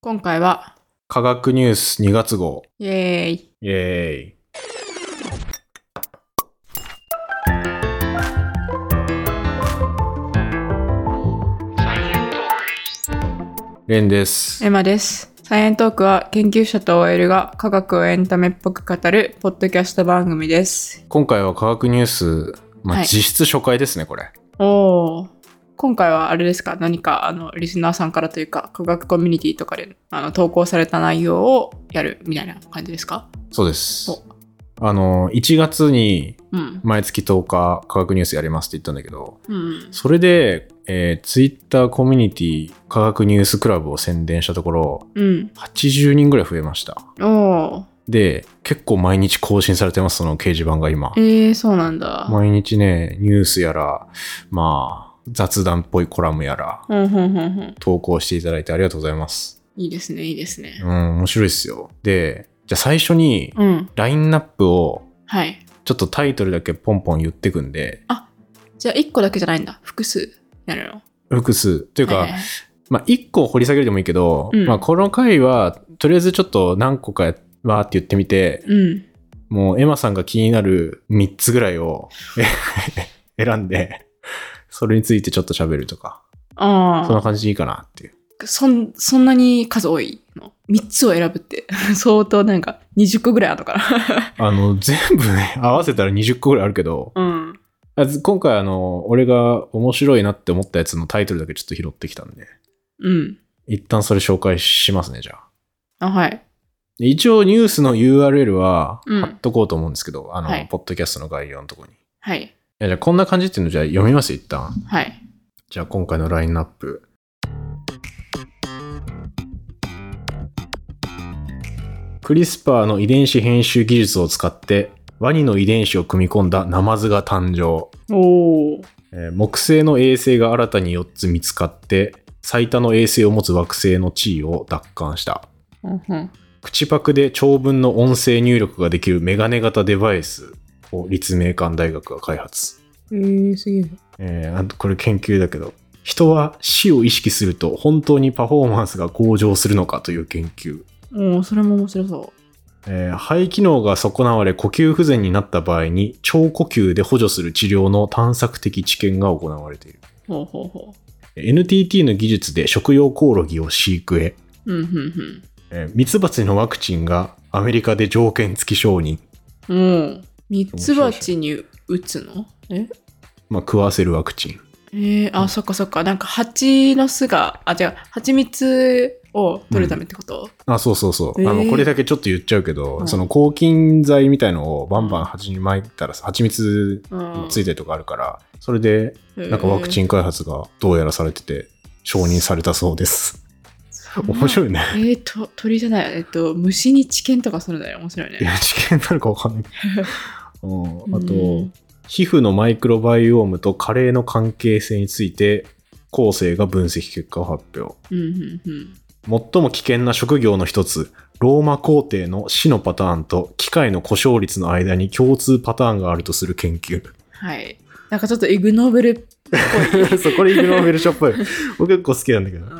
今回は、科学ニュース2月号。イエーイ。イエーイ。レンです。エマです。サイエントークは研究者と OL が科学をエンタメっぽく語るポッドキャスト番組です。今回は科学ニュース、まあはい実質初回ですね、これ。おー。今回はあれですか何かあのリスナーさんからというか科学コミュニティとかであの投稿された内容をやるみたいな感じですかそうですお。あの、1月にうん。毎月10日科学ニュースやりますって言ったんだけど、うん。それで、えー、Twitter コミュニティ科学ニュースクラブを宣伝したところ、うん。 80人ぐらい増えました。おー。で、結構毎日更新されてます、その掲示板が今え。ー、そうなんだ。毎日ね、ニュースやら、まあ、雑談っぽいコラムやら、うんうんうんうん。投稿していただいてありがとうございます。いいですね、いいですねう。ん、面白いっすよ。で、じゃあ最初に、うん。ラインナップを、はい。ちょっとタイトルだけポンポン言ってくんで、じゃあ1個だけじゃないんだ。複数やるの。複数。というか、はいはいまあ、一個掘り下げるでもいいけど、うんまあ、この回は、とりあえずちょっと何個かやわーって言ってみて、うん。もうエマさんが気になる3つぐらい を選んで、それについてちょっと喋るとか、ああ。そんな感じでいいかなっていう。そん、そんなに数多いの ?3 つを選ぶって、 相当なんか20個ぐらいあるのかあの、全部ね、合わせたら20個ぐらいあるけど、なうん。あず今回あの、俺が面白いなって思ったやつのタイトルだけちょっと拾ってきたんで、 うん。一旦それ紹介しますね、じゃあ。あ、はい。で一応ニュースの URL はうん貼っとこうと思うんですけど、あの、はいポッドキャストの概要のところに。いはい。やじゃあこんな感じっていうのじゃあ読みます、一旦。はい。じゃあ今回のラインナップ。クリスパーの遺伝子編集技術を使ってワニの遺伝子を組み込んだナマズが誕生、おお。えー木星の衛星が新たに4つ見つかって最多の衛星を持つ惑星の地位を奪還したうんうん。口パクで長文の音声入力ができるメガネ型デバイスを立命館大学が開発えー、すげえ。えーあとこれ研究だけど人は死を意識すると本当にパフォーマンスが向上するのかという研究、おお、それも面白そえー肺機能が損なわれ呼吸不全になった場合に超呼吸で補助する治療の探索的知見が行われているう。ほうほうほ NTT の技術で食用コオロギを飼育へう。うんうんえーミツバチのワクチンがアメリカで条件付き承認、うん。おお。ミツバチに打つのえまあ、食わせるワクチンえー、あ、そっかそっか。なんか蜂の巣が、あ、違う、蜂蜜を取るためってこと、あそうそうそう、あえのーこれだけちょっと言っちゃうけど、うんその抗菌剤みたいのをバンバン蜂に巻いたらさ蜂蜜うん、ついたりとかあるから、それでなんかワクチン、ン開発がどうやらされてて承認されたそうです。面白いね。 えー、と鳥じゃない、えっと、虫に知見とかするんだよね。面白いいね。や、事件になるかわかん ない。うん、あと、うん皮膚のマイクロバイオームと加齢の関係性について、後世が分析結果を発表。うんうんうん。最も危険な職業の一つ、ローマ皇帝の死のパターンと機械の故障率の間に共通パターンがあるとする研 究。はい。なんかちょっとイグノーベルっぽい。そう、これイグノーベルショップ。僕結構好きなんだけど。うん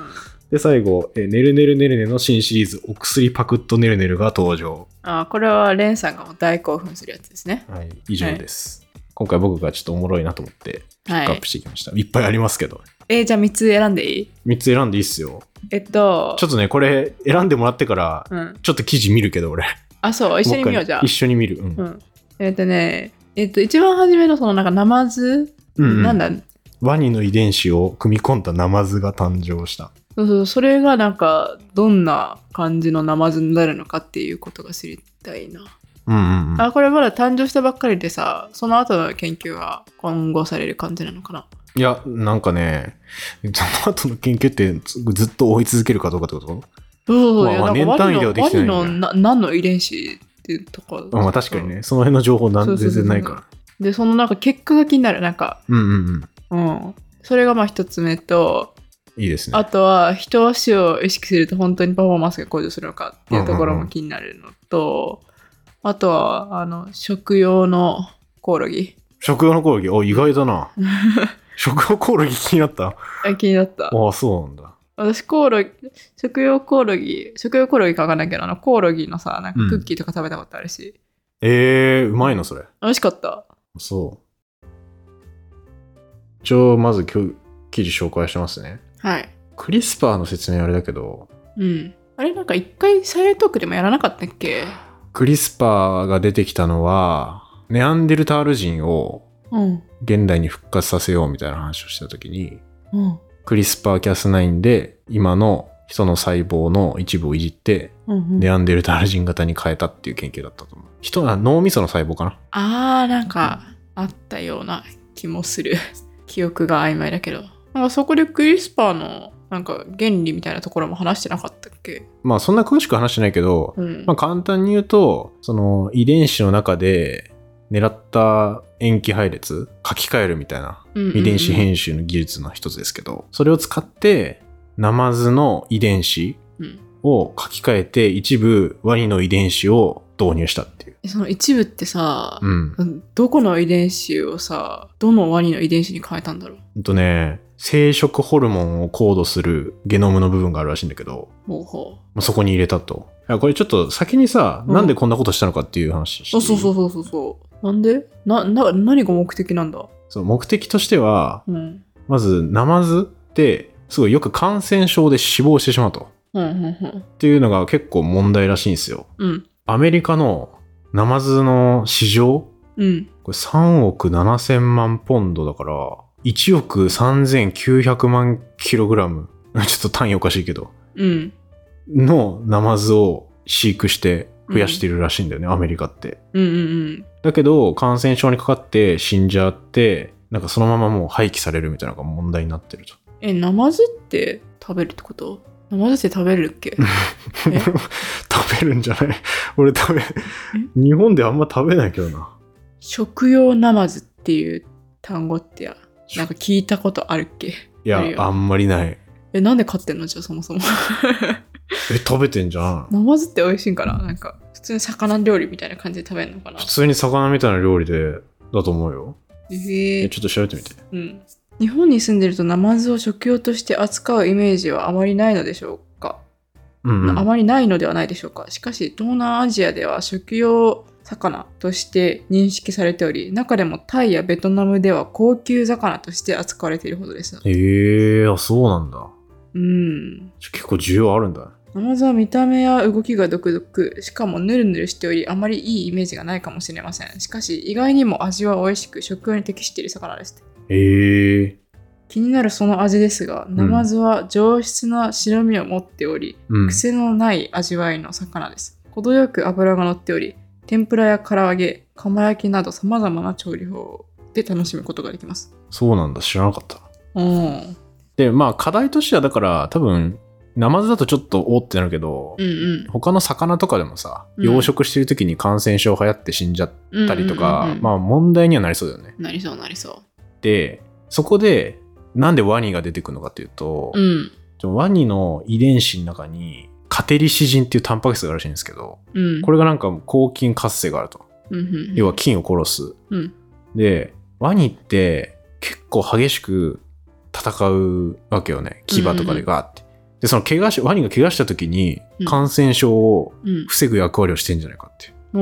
で、最後、えーねるねるねるねの新シリーズ、お薬パクッとねるねるが登場。あこれはレンさんがもう大興奮するやつですね。はい、以上です。今回僕がちょっとおもろいなと思って、はピックアッいプ。してきました。いっぱいありますけど。えーじゃあ3つ選んでいい3つ選んでいいっすよ。えっと、ちょっとね、これ選んでもらってから、うん。ちょっと記事見るけど、俺。あ、そう、 一緒に見ようじゃあ一。緒に見る。うん。うん。えっとね、えっと、一番初めのそのなんかナマズ、うんうんなんだ、ワニの遺伝子を組み込んだナマズが誕生した。そうそう、それがなんか、どんな感じのナマズになるのかっていうことが知りたいな。うんうんうん。あ、これまだ誕生したばっかりでさ、その後の研究は今後される感じなのかな。いや、なんかね、その後の研究ってずずっと追い続けるかどうかってことそうまあそう、まあいやなんか年単位ではできてないんだワニのな何の遺伝子っていうとか。あまあ確かにね、その辺の情報なんそうそうそうそう全然ないから。で、そのなんか結果が気になる、なんか、うんうんうん。うん。それがまあ一つ目と、いいですね。あとは人は死を意識すると本当にパフォーマンスが向上するのかっていうところも気になるのと、あとは、あの、食用のコオロギ。食用のコオロ ギ、お、意外だな。食用コオロギ気になった。あ気になった。ああ、そうなんだ。私、コオロギ、食用コオロギ、食用コオロギかわかんないけど、あの、コオロギのさ、なんうんかクッキーとか食べたことあるし、えー、うまいのそれ。美味しかった。そう。一応、まず今日、記事紹介しますね。はい。クリスパーの説明あれだけど、うん。あれ、なんか一回、サイレントークでもやらなかったっけクリスパーが出てきたのは、ネアンデルタール人をうん。現代に復活させようみたいな話をした時に、うん。クリスパーキャス9で今の人の細胞の一部をいじって、うん、ネアンデルタール人型に変えたっていう研究だったと思う。人は脳みその細胞かなあー、なんか、あったような気もする。 記憶が曖昧だけど。なんかそこでクリスパーの、なんか原理みたいなところも話してなかったっけまあそんな詳しく話してないけど、うん。まあ簡単に言うと、その遺伝子の中で狙った塩基配列、書き換えるみたいなうんうんうん遺伝子編集の技術の一つですけど、それを使って、ナマズの遺伝子うんを書き換えて、一部ワニの遺伝子を導入したっていう。その一部ってさ、うん。どこの遺伝子をさ、どのワニの遺伝子に変えたんだろうほんとね、生殖ホルモンをコードするゲノムの部分があるらしいんだけど、方法。まあそこに入れたと。いやこれちょっと先にさ、うんなんでこんなことしたのかっていう話していあ、いそうそうそうそうそう。なんでな、な、何が目的なんだそう目的としては、うん。まず、ナマズって、すごいよく感染症で死亡してしまうと。うん、うん、っていうのが結構問題らしいんですよ。うん。うん。アメリカのナマズの市場、うん。これ3億7千万ポンドだから、1億3900万キログラム。 ちょっと単位おかしいけど。うん。のナマズを飼育して増やしているらしいんだよね、アメリカって。うん、うん、だけど、感染症にかかって死んじゃって、なんかそのままもう廃棄されるみたいなのが問題になってると。え、ナマズって食べるってことナマズって食べるっけ え食べるんじゃない 俺食べ、日本であんま食べないけどな。食用ナマズっていう単語ってや、なんか聞いたことあるっけいあるよや、あんまりない。え、なんで飼ってんのじゃあそもそも。 え、食べてんじゃん。ナマズって美味しいんかななんか、普通に魚料理みたいな感じで食べるのかな普通に魚みたいな料理で、だと思うよ。ええ、ーちょっと調べてみて。うん、日本に住んでるとナマズを食用として扱うイメージはあまりないのでしょうか、うん、うん。あまりないのではないでしょうかしかし東南アジアでは食用魚として認識されており中でもタイやベトナムでは高級魚として扱われているほどですえー、あ、そうなんだ。うんちょ結構需要あるんだね。ナマズは見た目や動きが独特しかもヌルヌルしておりあまりいいイメージがないかもしれませんしかし意外にも味は美味しく食用に適している魚ですえー、気になるその味ですがナマズは上質な白身を持っており、うん。癖のない味わいの魚です程よく脂が乗っており天ぷらや唐揚げ釜焼きなどさまざまな調理法で楽しむことができますそうなんだ。知らなかった。うんで、まあ、課題としては、だから、多分、ナマズだとちょっとおーってなるけど、うん他の魚とかでもさ、うん養殖してる時に感染症流行って死んじゃっうんたりとうか、んうんうんまあ問題にはなりそうだよね。なりそうなりそで、そこで、なんでワニが出てくるのかっていうとう、うんワニの遺伝子の中に、カテリシジンっていうタンパク質があるらしいんですけど、うんこれ、れがなんか抗菌活性があると。うんうんうん、要は菌を殺す。うんで、ワニって結構激しく戦うわけよね。牙とかでガーって。で、その怪我し、ワニが怪我した時にうん感染症をうん防ぐ役割をしてんじゃないかっていう。お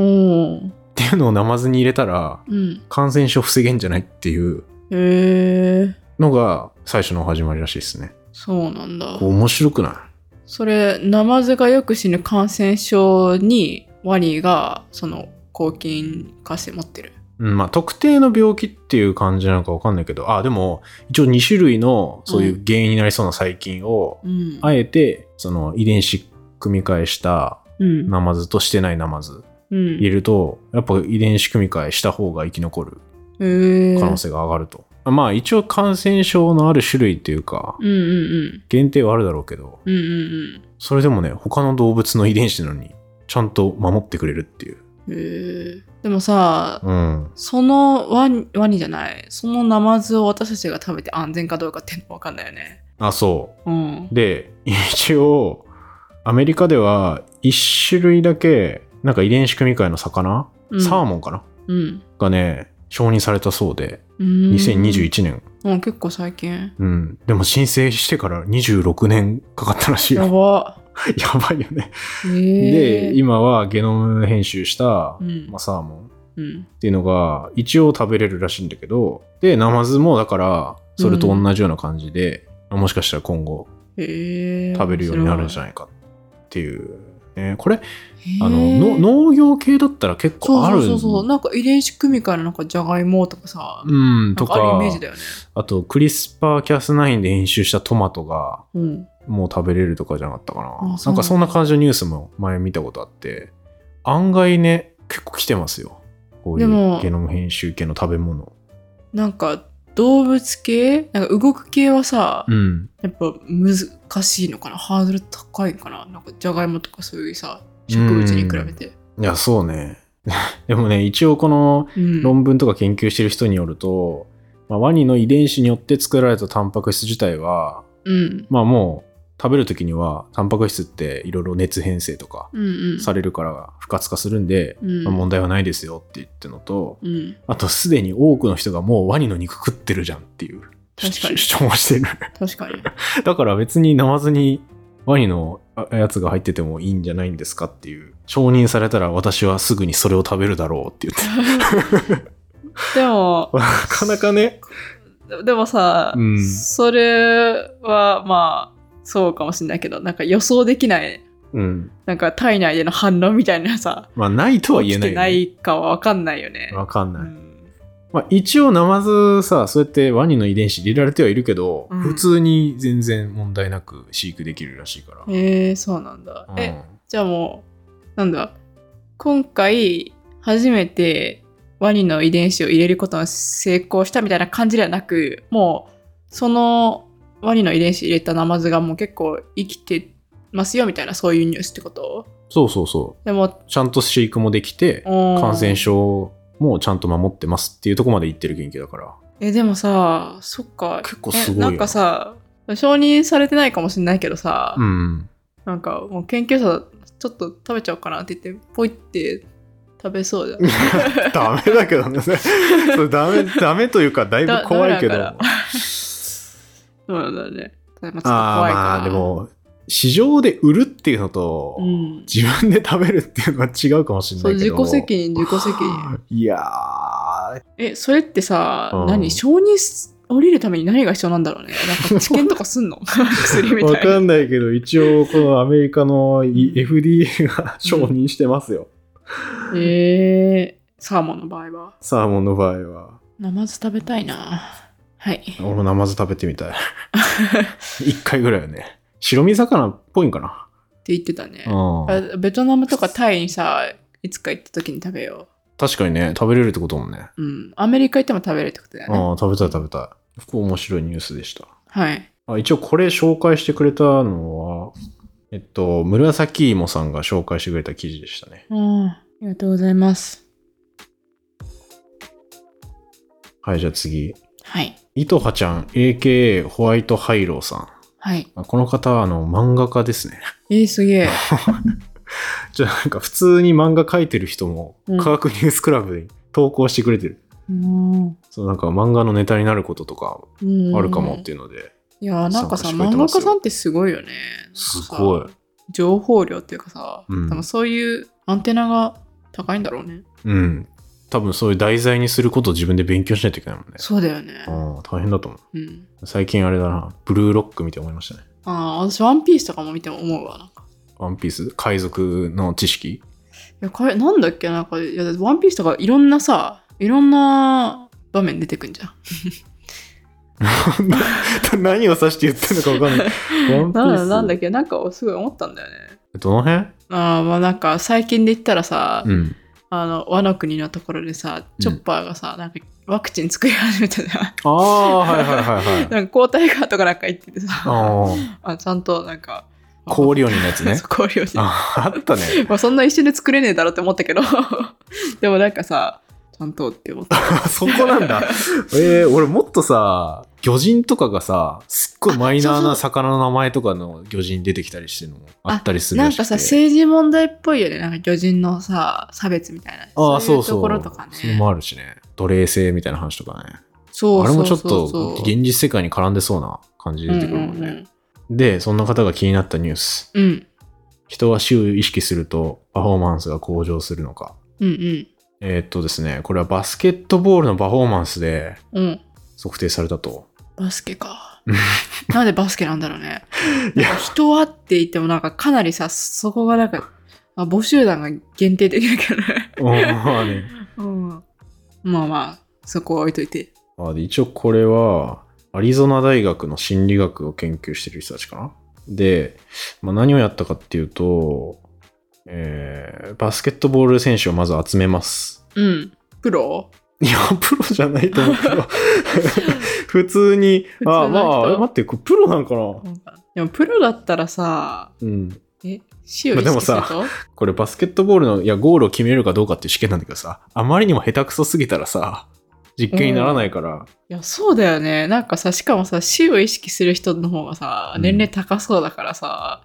ーっていうのをナマズに入れたらうん感染症防げんじゃないっていうへえのが最初の始まりらしいですね。そうなんだこう面白くなそれナマズがよく死ぬ感染症にワニがその抗菌活性持ってるい、うん、まあ特定の病気っていう感じなのかわかんないけど、あ、でも一応2種類のそういう原因になりそうな細菌を、うんあえてその遺伝子組み換えしたうんナマズとしてないナマズうん入れると、やっぱ遺伝子組み換えした方が生き残るへえ可能性が上がると。まあ一応感染症のある種類っていうか、うんうんうん限定はあるだろうけど、うんうんそれでもね、他の動物の遺伝子なのに、ちゃんと守ってくれるっていう。うんへえでもさうん。そのワニワニじゃないそのナマズを私たちが食べて安全かどうかって分かんないよねあ、そうんう。で、一応、アメリカでは、一種類だけ、なんか遺伝子組み換えの魚、うんサーモンかなうんがね、承認されたそうで、うん2021年うん、結構最近。うん。でも申請してから26年かかったらしいやよ。ば。 やばいよね。えで、ー、今はゲノム編集した、うんまあ、サーモうンん。っていうのが一応食べれるらしいんだけど、で、ナマズもだから、それと同じような感じで、もしかしたら今後えー、食べるようになるんじゃゃないかっていう。ね、これ、んあのの、農業系だったら結そ構あるうそうそうそう。なんか遺伝子組み換えのなんかじゃがいもとかさ、うん、なとんかか、あるイメージだよね。あと、クリスパーキャス9で編集したトマトが、うん。もう食べれるとかじゃなかったかな。あそうなんなんだかそんな感じのニュースも前見たことあって、案外ね、結構来てますよ。こういでもうゲノム編集系の食べ物。なんか動物系なんか動く系はさ、うん。やっぱ難しいのかなハードル高いのかななんかじゃがいもとかそういうさ、植物に比べて。いや、そうね。 でもね、一応このうん。論文とか研究してる人によると、まあ、ワニの遺伝子によって作られたタンパク質自体は、うん。まあもう食べる時にはタンパク質っていろいろ熱変性とかうんうん。されるから不活化するんで、うんまあ問題はないですよって言ってのと、うん。あとすでに多くの人がもうワニの肉食ってるじゃんっていう確かに主 張もしてる。確かに。 だから別にナマズにワニのあやつが入っててもいいんじゃないんですかっていう。承認されたら私はすぐにそれを食べるだろうって 言って。でも、なかなかね。でもさ、うんそれはまあ、そうかもしれないけど、なんか予想できない、うん。なんか体内での反応みたいなさ、まあないとは言えない起きてよなね。いかはわかんないよね。わかんうない。んまあ、一応ナマズさそうやってワニの遺伝子入れられてはいるけど、うん普通に全然問題なく飼育できるらしいから、えー、そうなんだ。うんえ、じゃあもう、なんだ、今回、初めてワニの遺伝子を入れることに成功したみたいな感じではなく、もう、そのワニの遺伝子入れたナマズがもう結構生きてますよみたいな、そういうニュースってことそうそうそでもう、ちゃんと飼育もできて感感染症もちゃんと守ってますっていうところまでいってる研究だからえでもさそっか結構すごいよえなんかさ承認されてないかもしれないけどさ、うんなんかもう研究者ちょっと食べちゃおうかなって言ってポイって食べそうじゃん ダメだけ どねそれダメダメというかだいぶ怖いけどだダ あメだそうなんだねまあちょっと怖いかあーまあなでも市場で売るっていうのと、うん自分で食べるっていうのは違うかもしれそなういけ自ど己責任自己責任いやーえそれってさ、うん何承認す降りるために何が必要なんだろうねなんか治験とかすんの 薬みわたいかなんないけど、一応、このアメリカのい FDA が承認してますよ。えー、サーモンの場合はサーモンの場合は。ナマズ食べたいなはい俺もナマズ食べてみたい。一回ぐらいよね。白身魚っぽいんかな。って言ってたね。うん。あベトナムとかタイにさ、いつか行った時に食べよ確かにね、食べれるってこともね。う。うん。アメリカ行っても食べるってことだよね。うん、食べたい食べたい。結構面白いニュースでした。はい。あ一応、これ紹介してくれたのは、えっと、紫芋さんが紹介してくれた記事でしたね。うん。ありがとうございます。はい、じゃあ次。はい。いとはちゃん、AKA ホワイトハイローさん。はい。あこの方は、あの、漫画家ですね。えー、すげえ。じゃあなんか普通に漫画描いてる人もうん科学ニュースクラブで投稿してくれてる、うん。そうなんか漫画のネタになることとかあるかもっていうので、いやーなんかさ参加してくれて漫ま画すよ家さんってすごいよねすごいなんかさ情報量っていうかさ、うん多分そういうアンテナが高いんだろうねうん多分そういう題材にすることを自分で勉強しないといけないもんねそうだよねああ大変だと思うんう最近あれだなブルーロック見て思いましたねああ私ワンピースとかも見ても思うわなんかワンピース海賊の知識 いやかえなんだっけなんかいやワンピースとかいろんなさいろんな場面出てくんじゃん。何を指して言ってるのか分かんないワン ピなんーだスなんだっけなんかすごい思ったんだよね。どの辺あーまあなんか最近で言ったらさ、うん あの和の国のところでさんチョッパーがさ、なんかワクチン作り始めたじゃん。 ああはいはいはいはいなんか抗体がとかなんか言っててさ ああちゃんとなんかあ氷を鬼のやつね氷をねああったねまあそんな一瞬で作れねえだろって思ったけど でもなんかさちゃんとって思った。あそこなん だ。えー、俺もっとさ、魚人とかがさ、すっごいマイナーあそうそなう魚の名前とかの魚人出てきたりしてるのもあったりするならんしくてかさ政治問題っぽいよねなんか魚人のさ差別みたいなああ、そういううとそそう。ころとかねそれもあるしね。奴隷制みたいな話とかね。そうあれそもうちそょうっそうと現実世界に絡んでそうな感じで出てくるもんね。で、そんな方が気になったニュース。うんうん人は死を意識するとパフォーマンスが向上するのか。うんうんえーっとですね、これはバスケットボールのパフォーマンスでうんうん測定された と。バスケかうん。なんでバスケなんだろうね。いやなんか人はって言ってもなんかかなりさ、そこがなんか、あ募集団が限定的だけどね。おーまあねうん。まあまあ、そこは置いといて。あで一応これは、アリゾナ大学の心理学を研究してる人たちかな。で、まあ、何をやったかっていうと、えーバスケットボール選手をまず集めます。うん。プロ いや、プロじゃないと思う けど、普通に、普通のあ、ま人あ、え待って、これプロなんかなでもプロだったらさ、うん。え、死を意識するまあでとこれバスケットボールの、いや、ゴールを決めれるかどうかっていう試験なんだけどさ、あまりにも下手くそすぎたらさ、実験にならないから、いや、そうだよね。なんかさ、しかもさ、死を意識する人の方がさ、うん年齢高そうだからさ、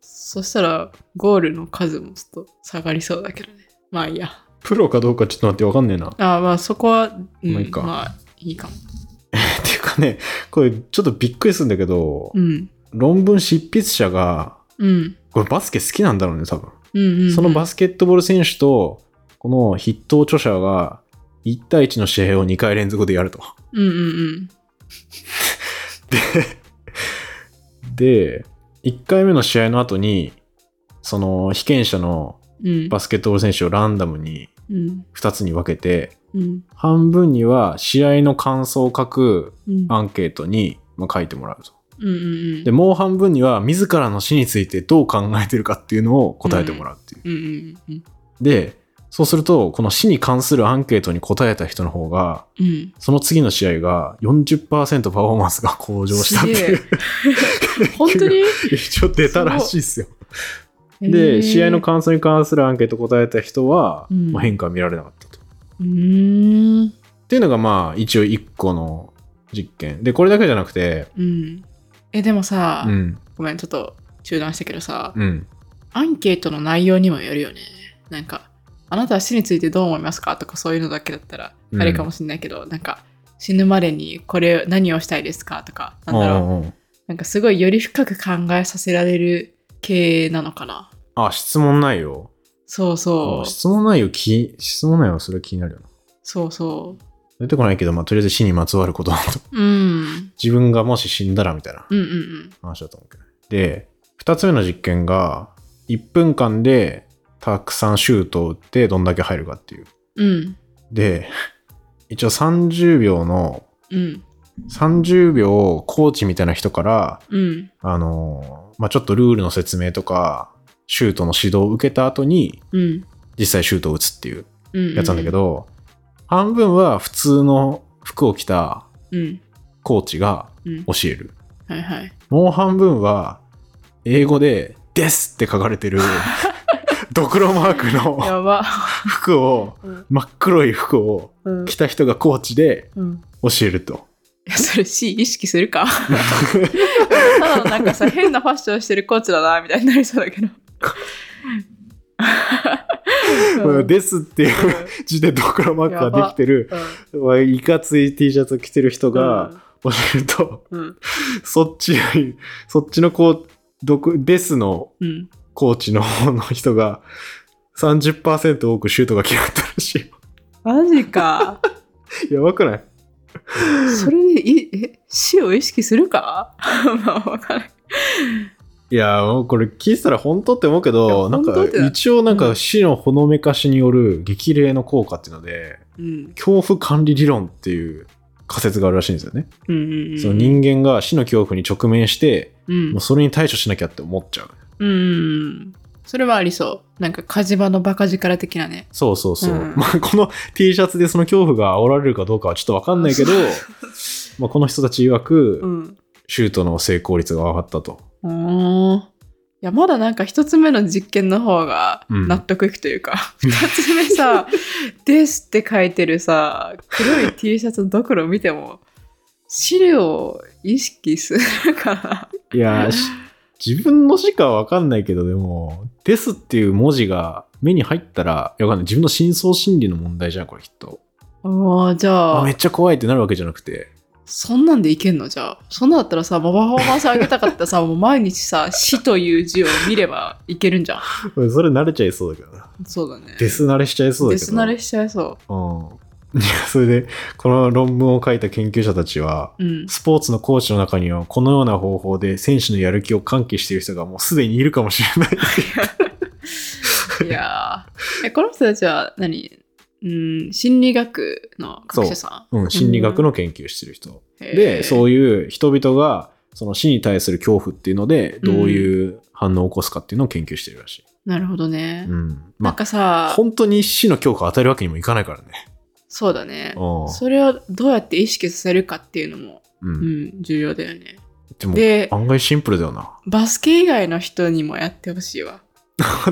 そしたらゴールの数もちょっと下がりそうだけどね。まあいいや。プロかどうかちょっと待 って、わかんねえな。ああまあそこは、うん、まあいいかまあいいかも。っていうかね、これちょっとびっくりするんだけど、うん。論文執筆者が、うん。これバスケ好きなんだろうね、多分。うん、うん。そのバス。スケットボール選手と、この筆頭著者が、1対1の試合を2回連続でやると。うんうんで、1回目の試合の後に、その被験者のうん。うん。バスケットボール選手をランダムにうん。 2つに分けて、うん。半分には試合の感想を書くうん。アンケートにまあ書いてもらうと。うんうんうん。で、もう半分には自らの死についてどう考えてるかっていうのを答えてもらうっていう。うんうんうん。で、そうすると、この死に関するアンケートに答えた人の方が、うん。その次の試合が40%パフォーマンスが向上したっていうす。 本当に一応出たらしいですよ。へー で、試合の感想に関するアンケート答えた人は、うんもう変化は見られなかったと。っうーん。ていうのが、まあ、一応一個の実験。で、これだけじゃなくて、うん。え、でもさ、うん、ごめん、ちょっと中断したけどさ、うん、アンケートの内容にもよるよね。なんか、あなたは死についてどう思いますかとかそういうのだけだったら、うんあれかもしれないけど、なんか、死ぬまでにこれ何をしたいですかとか、なんだろう。うんうんなんかすごいより深く考えさせられる系なのかな。あ、質問内容。そうそあう。質問内容き、質問内容それ気になるよな。そうそ出てこないけど、まあ、とりあえず死にまつわることだと。う。うん。自分がもし死んだらみたいなうんうんうん。話だと思うけど。で、二つ目の実験が、1分間でたくさんシュートを打ってどんだけ入るかっていう。うん。で、一応30秒の、うん。 30秒をコーチみたいな人から、うん。あの、まあ、ちょっとルールの説明とか、シュートの指導を受けた後に、うん。実際シュートを打つっていううん。やつなんだけ。ど、半分は普通の服を着たうん。コーチがうん。教える。はいはい。もう半分は、英語で、ですって書かれ てる、ドクロマークのやば。服を、うん。真っ黒い服をうん着た人がコーチでうん。教えると。いや、 それ C 意識する かただのなんかさ、変なファッションしてるコーチだな、みたいになりそうだけど。うんですっていう字でドクロマークができてる、いかつい T シャツを着てる人が教えると、うん、うん。そっちより、そっちのこう、ドクですのうん。コーチの方の人が30%多くシュートが嫌ったらしいよ。マジか。やばくないそれでい、え、死を意識するかまあ、わからない。いやーもうこれ聞いてたら本当って思うけいどやなんか本当ってな一応なんうかん死のほのめかしによる激励の効果っていうのでうん。恐怖管理理論っていう仮説があるらしいんですよね、うんうんうん。その人間が死の恐怖に直面してうんもう。それに対処しなきゃって思っちゃううん。それはありそう。なんか火事場のバカ力的なね。そうそうそう、うんまあこの T シャツでその恐怖が煽られるかどうかはちょっとわかんないけ どそうまあこの人たち曰く、うん。シュートの成功率が上がったとうーん。いや、まだなんか一つ目の実験の方がうん納得いくと いうか、二、つ目さ、ですって書いてるさ、黒い T シャツのドクロ見ても、資料を意識するかな。いやーし自分のしかわかんないけどでも「です」っていう文字が目に入ったらいやわかんない自分の深層心理の問題じゃんこれきっとおーじゃああめっちゃ怖いってなるわけじゃなくてそんなんでいけんのじゃあそんなんだったらさもうパフォーマンス上げたかったら さもう毎日さ「死」という字を見ればいけるんじゃんそれ慣れちゃいそうだけどなそうだねデス慣れしちゃいそうだデけどス慣れしちゃいそうんいやそれでこの論文を書いた研究者たちはううんスポーツのコーチの中にはこのような方法で選手のやる気を喚起している人がもうすでにいるかもしれない いやーえこの人たちは何うん心理学の学者さんうん心理学の研究してる人、で、うそういう人々が、その死に対する恐怖っていうので、どういう反応を起こすかっていうのを研究してるらしい。なるほどね、うん。なんまかさあ、本当に死の恐怖を与えるわけにもいかないからね。そうだねうんそれをどうやって意識させるかっていうのも、う。うんん、重要だよねでも、で案外シンプルだよな。 バスケ以外の人にもやってほしいわ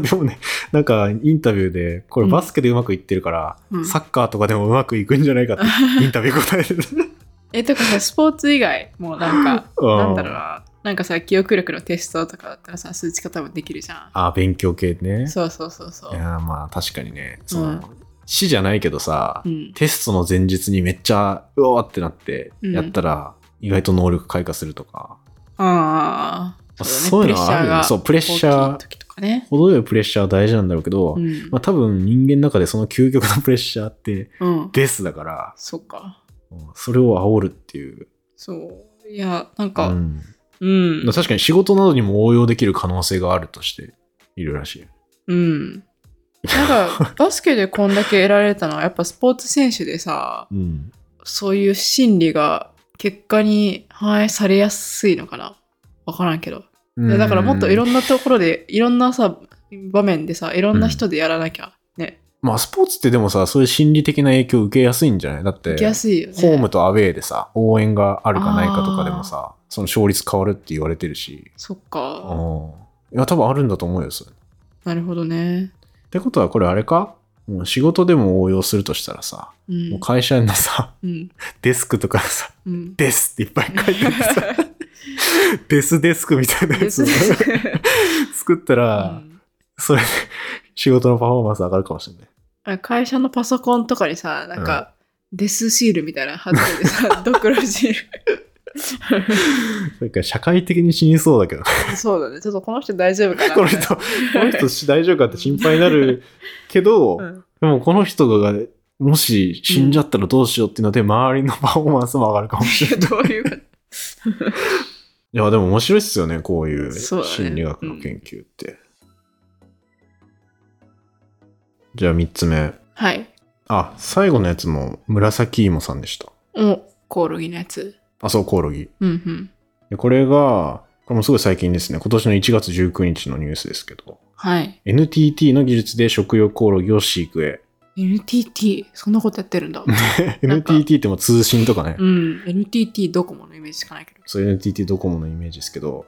でもね、なんかインタビューで、これバスケでうまくいってるから、うんサッカーとかでもうまくいくんじゃないかってインタビュー答えて る。えとかさスポーツ以外もなんか うんなんだろうななんかさ記憶力のテストとかだったらさ数値化多分できるじゃああ、勉強系ねん。そうそうそうそいうやーまあ確かにね、そうの、ん死じゃないけどさ、うんテストの前日にめっちゃうわーってなってうんやったら意外と能力開花するとか、ああそういうのはあるよねそうプレッシャー大きい時とかね程よいプレッシャーは大事なんだろうけど、うんまあ多分人間の中でその究極のプレッシャーってうんデスだから、そっかうんそれを煽るっていう、そういやなんうかうん、んまあ確かに仕事などにも応用できる可能性があるとしているらしい。うん。なん か、バスケでこんだけ得られたのは、やっぱスポーツ選手でさ、うん、そういう心理が結果に反映されやすいのかな。わからんけど。うんだからもっといろんなところで、いろんなさ、場面でさ、いろんな人でやらなきゃ、ね、まあスポーツってでもさそういう心理的な影響を受けやすいんじゃないだって行きやすいよね。ホームとアウェーでさ応援があるかないかとかでもさその勝率変わるって言われてるしそっか。うんいや、多分あるんだと思うよ、それ。っなるほどね。てことは、これあれかもう仕事でも応用するとしたらさ、うんもう。会社のさ、 うん。デスクとかさ、 うん。デスっていっぱい書いてあるさ、 デスデスクみたいな やつを作ったら、それで 仕事のパフォーマンス上がるかもしれない。うん会社のパソコンとかにさ、なんか、デスシールみたいなの貼ってて さ、ドクロシール。それから社会的に死にそうだけど、ね、そうだね。ちょっとこの人大丈夫かなこの人、この人死大丈夫かって心配になるけど、 うんでもこの人が、もし死んじゃったらどうしようっていうので、周りのパフォーマンスも上がるかもしれない。どういう こいや、でも面白いっすよね、こういうそうだね心理学の研究って。じゃあ3つ目。とはい。あ、最後のやつも紫芋さんでした。お、コオロギのやつ。あ、そう、コオロギ。うんうん。でこれが、これもすごい最近ですね。今年の1月19日のニュースですけど。はい。 NTT の技術で食用コオロギを飼育へ。 NTT、そんなことやってるん だ。なんか NTT ってもう通信とかね。うん。NTT ドコモのイメージしかないけど。そう NTT ドコモのイメージですけど。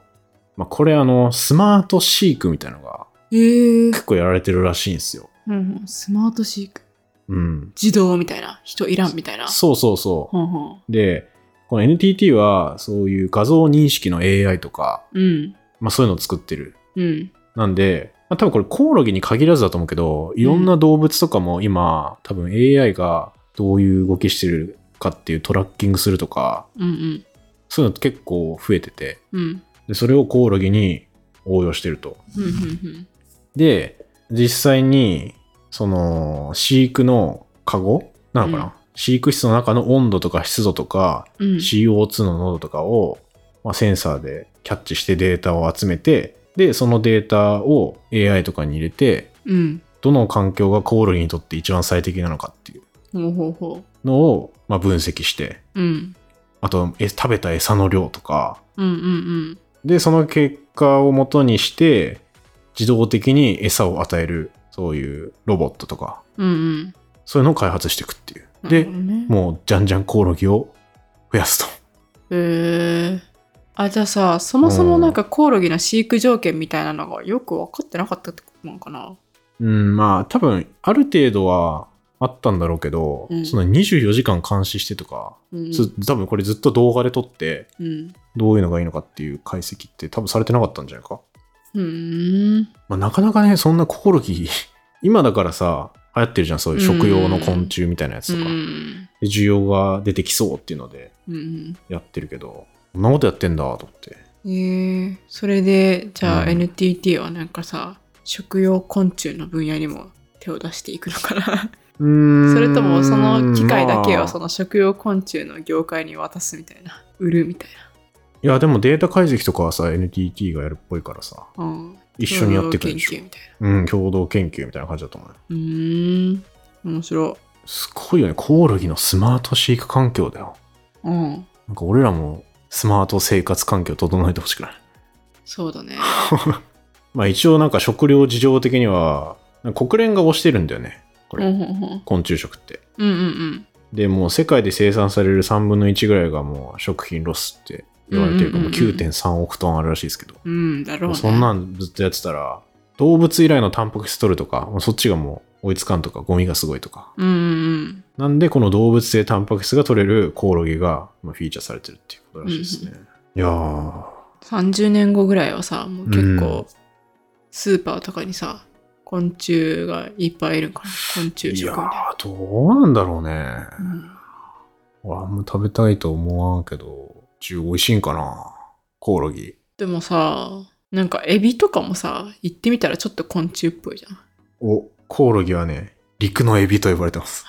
まあ、これあの、スマート飼育みたいのがえー。結構やられてるらしいんですよ。うんうん、スマート飼育。うん。自動みたいな。人いらんみたいな。そうそうそう。ほんほん。で、この NTT はそういう画像認識の AI とか、うん。まあそういうのを作ってる。うん。なんで、まあ多分これコオロギに限らずだと思うけど、いろんな動物とかも今、多分 AI がどういう動きしてるかっていうトラッキングするとか、うんそういうの結構増えてて、うん。うん。でそれをコオロギに応用してると。うんうんで、実際に、その、飼育のカゴなのかな、うん飼育室の中の温度とか湿度とか、うん。うん CO2 の濃度とかを、まあ、センサーでキャッチしてデータを集めてでそのデータを AI とかに入れてうん。どの環境がコオロギにとって一番最適なのかっていうほうほうほのを、まあ、分析してう。うん。あとえ食べた餌の量とかうんうんでその結果を元にして自動的に餌を与えるそういうロボットとかうん。うんうん。そういうのを開発していくっていうなるでほどねもうじゃんじゃんコオロギを増やすとへえ。あ、じゃあさ、そもそもなんかコオロギの飼育条件みたいなのがよく分かってなかったってことなのかなうん、まあ多分ある程度はあったんだろうけど、うんその24時間監視してとか、うん。ず多分これずっと動画で撮ってうん。どういうのがいいのかっていう解析って多分されてなかったんじゃないか、うん。まあ、なかなかねそんなコオロギ 今だからさ流流行ってるじゃん、そういう食用の昆虫みたいなやつとか。ん。で需要が出てきそうっていうのでうん。やってるけど、こんなことやってんだと思って。えー、それで、じゃあうん NTT はなんかさ、食用昆虫の分野にも手を出していくのかな。うーんそれともその機械だけまあをその食用昆虫の業界に渡すみたいな。売るみたいいや、でもデータ解析とかはさ、NTT がやるっぽいからさ、な。うん。一緒にやってくるでし共同研ょ究。みたいな。うん、共同研究みたいな感じだと思うよ。うーん。面白すごいよね、コオロギのスマート飼育環境だよ。い。うん。なんか俺らもスマート生活環境整えてほしくないそうだね。まあ一応なんか食料事情的には、なんか国連が推してるんだよね、こうんれ。うんうん昆虫食って。うんうんで、もう世界で生産される3分の1ぐらいがもう食品ロスって言われてるから、うんもうんううんうん9.3億トンあるらしいですけど。うん。うんだろうもうね。そんなんずっとやってたら、動物由来のタンパク質取るとか、もうそっちがもう追いつかんとか、ゴミがすごいとか。うんうんなんで、この動物性タンパク質が取れるコオロギがまあフィーチャーされてるっていうことらしいですね。いやー、うん。30年後ぐらいはさ、もう結構、スーパーとかにさ、昆虫がいっぱいいるんから、昆虫い食みやたいな。ー、どうなんだろうね。うん俺あんま食べたいと思わんけど、中美味しいんかなコオロギ。でもさ、なんかエビとかもさ、行ってみたらちょっと昆虫っぽいじゃん。 お、コオロギはね、陸のエビと呼ばれてます。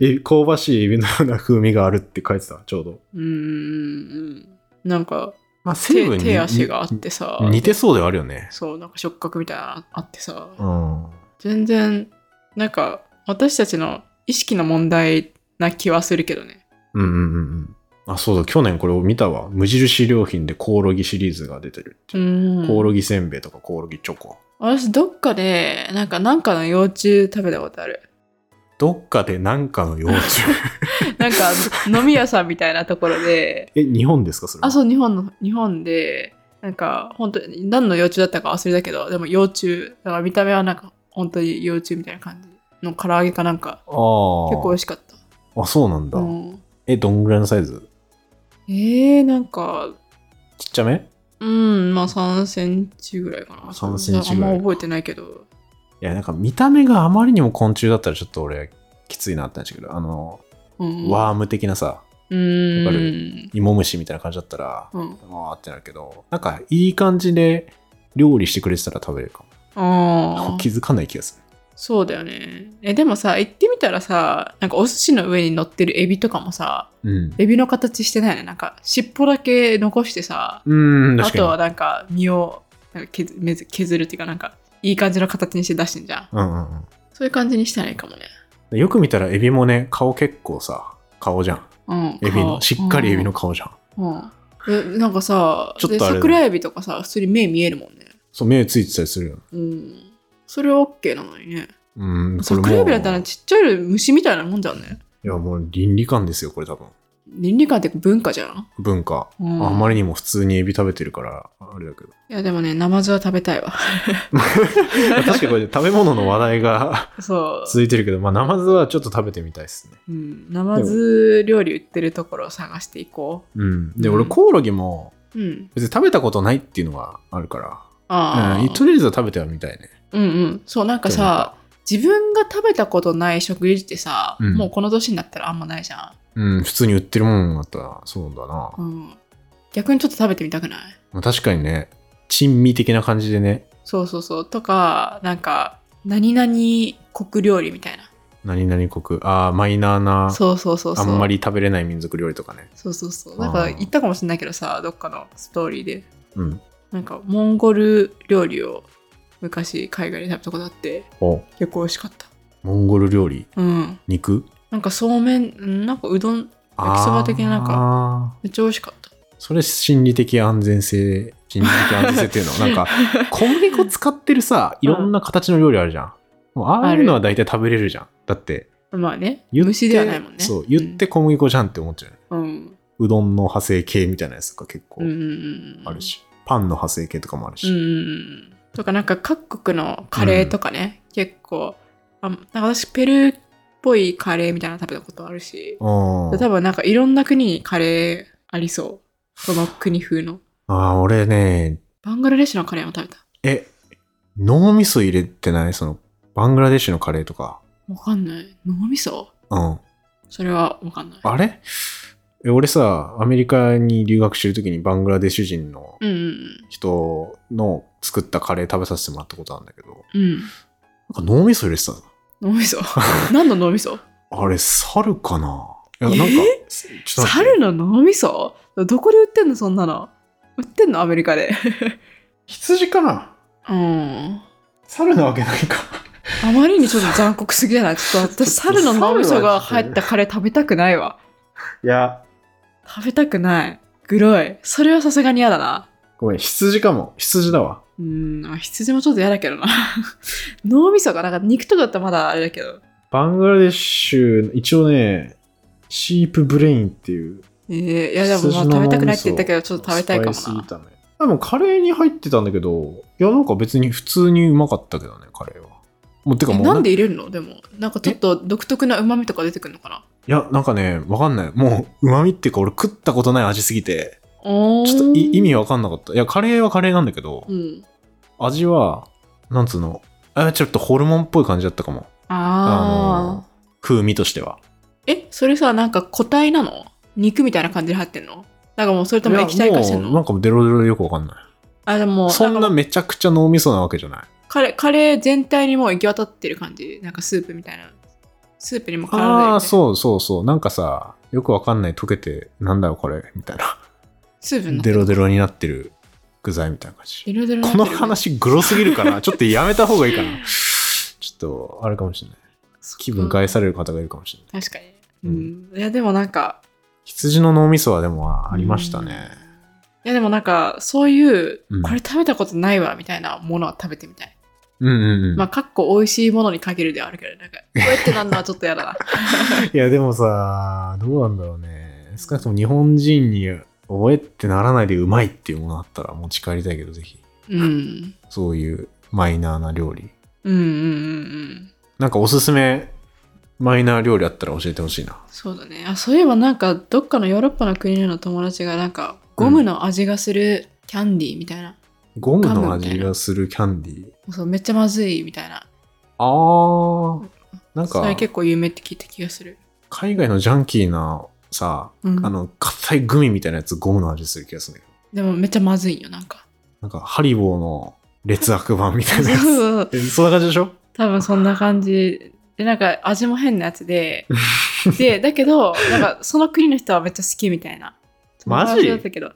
え香ばしいエビのような風味があるって書いてた、ちょうど。うん、うん、なんかまあ、成分手に手足があってさ、似てそうではあるよね。そう、なんか触覚みたいなのあってさ、うん。全然、なんか私たちの意識の問題な気はするけどね。うんうんうんうん。あ、そうだ、去年これを見たわ。無印良品でコオロギシリーズが出てるってういう。ん、コオロギせんべいとかコオロギチョコ。私どっかでなんかなんかの幼虫食べたことあ るどっかでなんかの幼 虫。なんか飲み屋さんみたいなところでえ、日本ですかそれは。あそう日本の日本でなんか本当に何の幼虫だったか忘れたけどでも幼虫だから見た目はなんか本当に幼虫みたいな感じの唐揚げかなんかああ。結構美味しかったあ、そうなんだ。うん、え、どんぐらいのサイズえー、なんかちっちゃめうんまあ3センチぐらいかな3センチぐらいあんま覚えてないけどいや、なんか見た目があまりにも昆虫だったらちょっと俺、きついなってなっちゃうけど、あの、うんワーム的なさ、うんわかる芋虫みたいな感じだったら、うんわーってなるけど、なんかいい感じで料理してくれてたら食べれるかあも。あ 気づかない気がする。そうだよね。え、でもさ、行ってみたらさ、なんかお寿司の上に乗ってるエビとかもさ、うん。エビの形してないね。なんか尻尾だけ残してさ、うん、あ確とはかなんか身をなんか削めず削るっていうか、なんかいい感じの形にして出してんじゃん。に。うんうんうんそういう感じにしたらいいかもね。で。よく見たらエビもね、顔結構さ、顔じゃん。うん。エビの、顔しっかりエビの。顔じゃん。うん。うんえなんかさ、ちょっとであれだね桜エビとかさ、普通に目見えるもんね。そう、目ついてたりするよ。うん。それは OK なのにね。うん、これもう桜エビだったらちっちゃい虫みたいなもんじゃんね。いや、もう倫理観ですよ、これ多分。倫理観っていうか文化じゃん。文化。うんあまりにも普通にエビ食べてるから、あれだけど。 いやでもね、ナマズは食べたいわ。確かにこれ食べ物の話題が そう。続いてるけど、まあ、ナマズはちょっと食べてみたいですね。うん、ナマズ料理売ってるところを探していこうん。で、うん俺、コオロギもう。うん。別に食べたことないっていうのがあるかあら、あ、うん、とりあえずは食べてはみたいね。うんうん。そう、なんかさ、自分が食べたことない食事ってさ、うんもうこの年になったらあんまないじゃうん、普通に売ってるもんだったら、そうだな。ん。うん。逆にちょっと食べてみたくないまあ、確かにね、珍味的な感じでね、そうそうそう。とか、なんか、何々国料理みたいな。何々国、ああ、マイナーな、そうそうそうそう。あんま。り食べれない民族料理とかね。そうそうそう。なんかあー言ったかもしれないけどさ、どっかのストーリーで。うん。なんか、モンゴル料理を昔海外で食べたことあって、お結構美味しかった。モンゴル料理、うん。肉なんかそうめん、うんなんかうどん、焼きそば的ななんかか。めっちゃ美味しかった。それ心理的安全性、心理的安全性っ ていうのなんか、小麦粉使ってるさ、いろんな形の料理あるじゃん。もうああいうのは大体食べれるじゃん。だって、まあね、言って虫ではないもんね。そう、言って小麦粉じゃんって思っちゃうよね。うん。うどんの派生系みたいなやつとか結構うん。うんうんうん。ある。し、パンの派生系とかもあるうんうんし。うん。とかなんか各国のカレーとかね、結構、あなんか私ペルーっぽいカレーみたいなの食べたことあるし、う多ん。分なんかいろんな国にカレーありそう。その国風の。ああ、俺ね、バングラデシュのカレーも食べた。え、脳みそ入れてないそのバングラデシュのカレーとか。わかんない。脳みそうん。それはわかんない。あれえ俺さ、アメリカに留学してる時にバングラデシュ人のうんうん人の作ったカレー食べさせてもらったことあるんだけど、うん。うん。なんか脳みそ入れてたの脳 みそ何の脳みそあれ、猿かないや、えなんか、ちょっと待って猿の脳みそどこで売ってんのそんなの。売ってんのアメリカで。羊かなうん。猿なわけないか。あまりにちょっと残酷すぎじゃないちょっと私、ちょっと猿の脳みそが入ったカレー食べたくないわ。いや、食べたくない。グロい。それはさすがに嫌だな。ごめん、羊かも。羊だわ。うん、あ羊もちょっと嫌だけどな。脳みそが、なんか肉とかだったらまだあれだけど。バングラデシュ、一応ね、シープブレインっていう。えー、いやでもまあ羊の食脳みべそたくないって言ったけど、ちょっと食べたいかもスパイなス。炒め。でもカレーに入ってたんだけど、いや、なんか別に普通にうまかったけどね、カレーは。もう、てかえもう、なんで入れるのでも、なんかちょっと独特な旨味とか出てくるのかないや、なんかね、わかんない。もう、旨味っていうか、俺食ったことない味すぎて、おーちょっとい意味わかんなかった。いや、カレーはカレーなんだけど、うん。味は、なんつうの、あちょっとホルモンっぽい感じだったかも。ああの風味としては。え、それさ、なんか固体なの肉みたいな感じで入ってんのなんかもうそれとも液体化してんいやものうなんかもうデロデロでよくわかんなあ、でも、い。そんかなめちゃくちゃ脳みそなわけじゃない。カレー、カレー全体にもう行き渡ってる感じ。なんかスープみたいな。スープにも絡んでるみたいあなあ、そうそうそう。なんかさ、よくわかんない溶けて、なんだよこれ、みたいな。スープになってデる。ロデロになってる具材みたいな感じ。デロデロになっこてるの話グロすぎる かなちょっとやめた方がいいかなちょっと、あれかもしれない。気分害される方がいるかもしれない。確かに。うん。いや、でもなんか、羊の脳みそはでもありましたね。いや、でもなんか、そういううん、これ食べたことないわ、みたいなものは食べてみたい。うんうんうん。まあ、かっこ美味しいものに限るではあるけど、なん か、こうやってなんのはちょっと嫌だな。いやでもさ、どうなんだろうね。少なくとも日本人に覚えってならないでうまいっていうものあったら持ち帰りたいけど、ぜひ。うん。そういうマイナーな料理。うんうんうんうん。なんかおすすめマイナー料理あったら教えてほしいな。そうだねあそういえばなんかどっかのヨーロッパの国の友達がなんかゴムの味がするキャンディーみたいな、ゴムのガムみたい味ながするキャンディー。そうめっちゃまずいみたいなあー。なんそれか、結構有名って聞いた気がする、海外のジャンキーなさ、うん、あの、硬いグミみたいなやつゴムの味する気がするんだけでど。もめっちゃまずいよなん かなんか、ハリボーの劣悪版みたいなや そうつ。そうえそんな感じでしょ多分そんな感じでなんか味も変なやつででだけどなんかその国の人はめっちゃ好きみたいなそんなマジ感じだったけど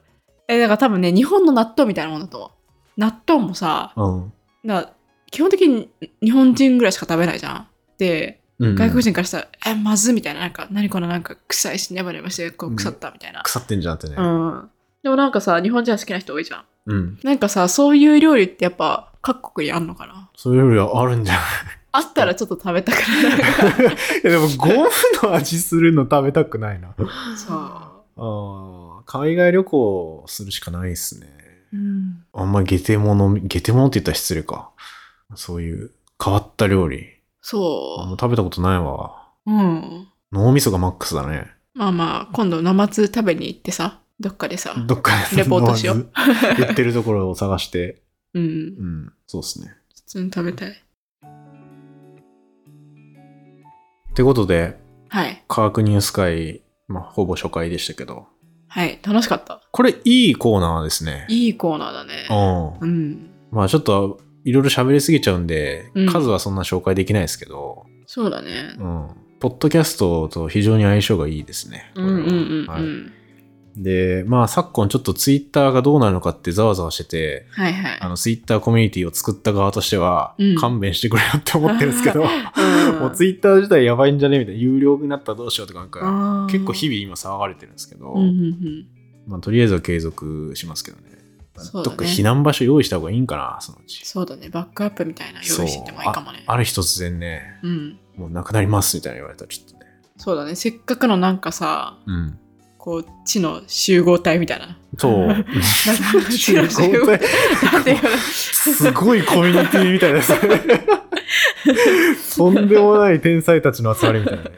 えだから多分ね日本の納豆みたいなものだと思う納豆もさうん。なんか基本的に日本人ぐらいしか食べないじゃんでうん外国人からしたら、え、まずいみたいな、なんか、何このなんか臭いし、ネバネバして、こううん腐ったみたいな。腐ってんじゃんってね。うん。でもなんかさ、日本人は好きな人多いじゃん。うん。なんかさ、そういう料理ってやっぱ、各国にあんのかなそういう料理はあるんじゃないあったらちょっと食べたくないなんか。いやでも、ゴムの味するの食べたくない な。そああ、海外旅行するしかないっすね。う。うん。あんまゲテモノ、ゲテモノって言ったら失礼か。そういう変わった料理。あんそま食べたことないわ。う。うん。脳みそがマックスだね。まあまあ、今度、ナマズ食べに行ってさ、どっかでさ。どっかでレポートしよう。思わず 売ってるところを探して。うん。うん、そうっすね。普通に食べたい。ってことで、はい。科学ニュース会、まあ、ほぼ初回でしたけど、はい。楽しかった。これいいコーナーですね。いいコーナーだねう。うん。ん。まあちょっといろいろ喋りすぎちゃうんで、うん数はそんな紹介できないですけど、そうだねう。ん。ポッドキャストと非常に相性がいいですね。うんうんうんはうい、ん。で、まあ昨今ちょっとツイッターがどうなるのかってざわざわしてて、はいはいあ。のツイッターコミュニティを作った側としてはうん勘弁してくれよって思ってるんですけど、うんもうツイッター自体やばいんじゃねみたいな、有料になったらどうしようとかなんか、あー結構日々今騒がれてるんですけど、うんうんまあとりあえずは継続しますけどね。そうだどねっか避難場所用意した方がいいんかな、そのうち。そうだね、バックアップみたいな用意しててもいいかもね。ある日突然ね、うん。もうなくなりますみたいな言われたらちょっとね。そうだね、せっかくのなんかさ、うん。こう、地の集合体みたいな。そう。地の集合体。なんていうの すごいコミュニティみたいですとんでもない天才たちの集まりみたいなね。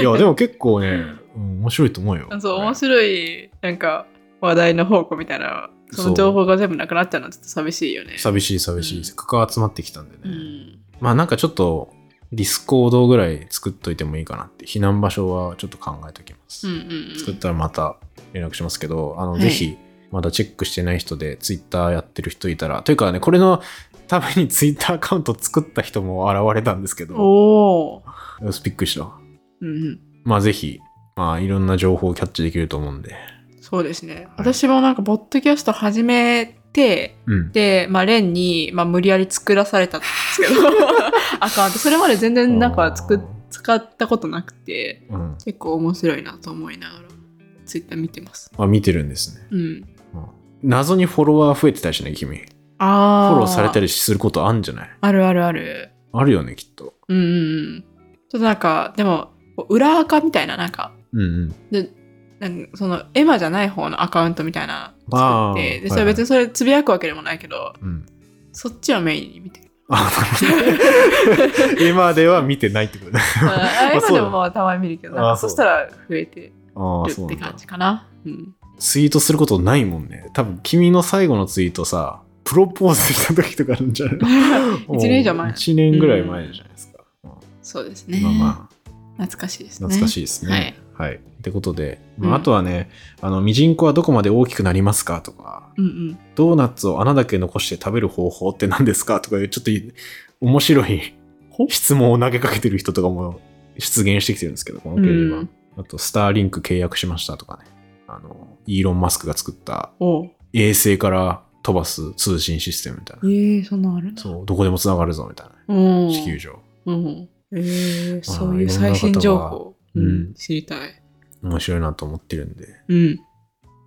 い や、でも結構ね、うん面白いと思うよ。そう、面白い、なんか、話題の宝庫みたいな、そそうの情報が全部なくなっちゃうのはちょっと寂しいよね。寂しい寂しうい。んせっかく集まってきたんでね。うん。まあなんかちょっとディスコードぐらい作っといてもいいかなって、避難場所はちょっと考えておきます。うんうんうん作ったらまた連絡しますけど、あの、はいぜひ、まだチェックしてない人で、ツイッターやってる人いたら、というかね、これのためにツイッターアカウント作った人も現れたんですけど、おーよしびっくりした。うんうんまあぜひ、まあいろんな情報をキャッチできると思うんで。そうですね、私もなんかボッドキャスト始めてうん。で、まあ、レンに、まあ、無理やり作らされたんですけ どアカウントそれまで全然なんか作っ使ったことなくてうん。結構面白いなと思いながらツイッター見てますあ、見てるんですね。うんうん謎にフォロワー増えてたりしない君。フああォローされたるりすることあんじゃないあるあるあるあるよね、きっと。うんうんうんちょっとなんかでもこう裏垢みたいななんかうんうん。なんかそのエマじゃない方のアカウントみたいなの作っあてーでそれはいはい別にそれつぶやくわけでもないけど、うん。そっちをメインに見てるあ、なるほど。 今では見てないってことね。あエマそうでだもまあたまに見るけどなんあかそうそしたら増えてるああ、そうってなんだ感。じかなうんツイートすることないもんね。多分、君の最後のツイートさ、プロポーズした時とかあるんじゃない 一年以上前1年ぐらい前じゃないですか。 そうですうねん、まあまあ。懐かしいですね懐かいしいですね。はい。ってことで、まあうんあとはね、あの、ミジンコはどこまで大きくなりますかとか、うんうんドーナツを穴だけ残して食べる方法って何ですかとかいう、ちょっとい面白いほ質問を投げかけてる人とかも出現してきてるんですけど、このページは。うんあと、スターリンク契約しましたとかね。あの、イーロン・マスクが作ったおう衛星から飛ばす通信システムみたいえー、な。そんなんあるんだそう、どこでも繋がるぞみたいな。うん地球上。うんえー、まあそういう最新情報、いろんな方がうん知りたい面白いなと思ってるんで、うん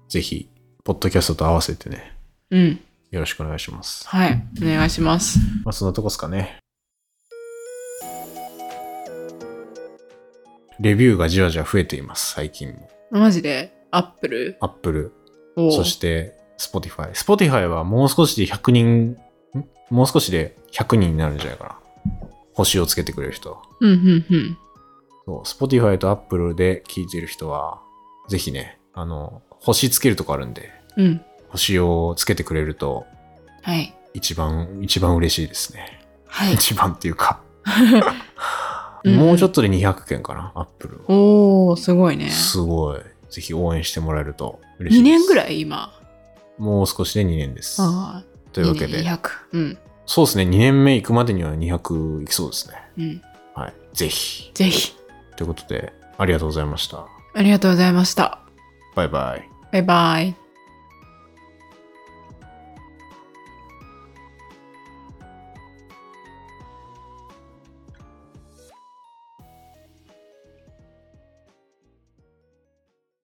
ぜひ、ポッドキャストと合わせてね、うんよろしくお願いします。はいお願いしますまあ、そんなとこですかね。レビューがじわじわ増えています、最近も。マジでアップル Apple、をそして Spotify。Spotify はもう少しで100人、んもう少しで100人になるんじゃないかな。星をつけてくれる人。うんうんうんそう、Spotify と Apple で聞いてる人は、ぜひね、あの、星つけるとこあるんで、うん星をつけてくれると、はい一番、一番嬉しいですね。はい 一番っていうか。 うんもうちょっとで200件かな、アップル。おおすごいねすごい。ぜひ応援してもらえると嬉2しいです。年ぐいらい今もう少しで2年です。ああというわけで、 200うんそうですね、2年目行くまでには200いきそうですね。うんはい。ぜひ。ぜひということで、ありがとうございました。ありがとうございましたバイバイ。バイバイ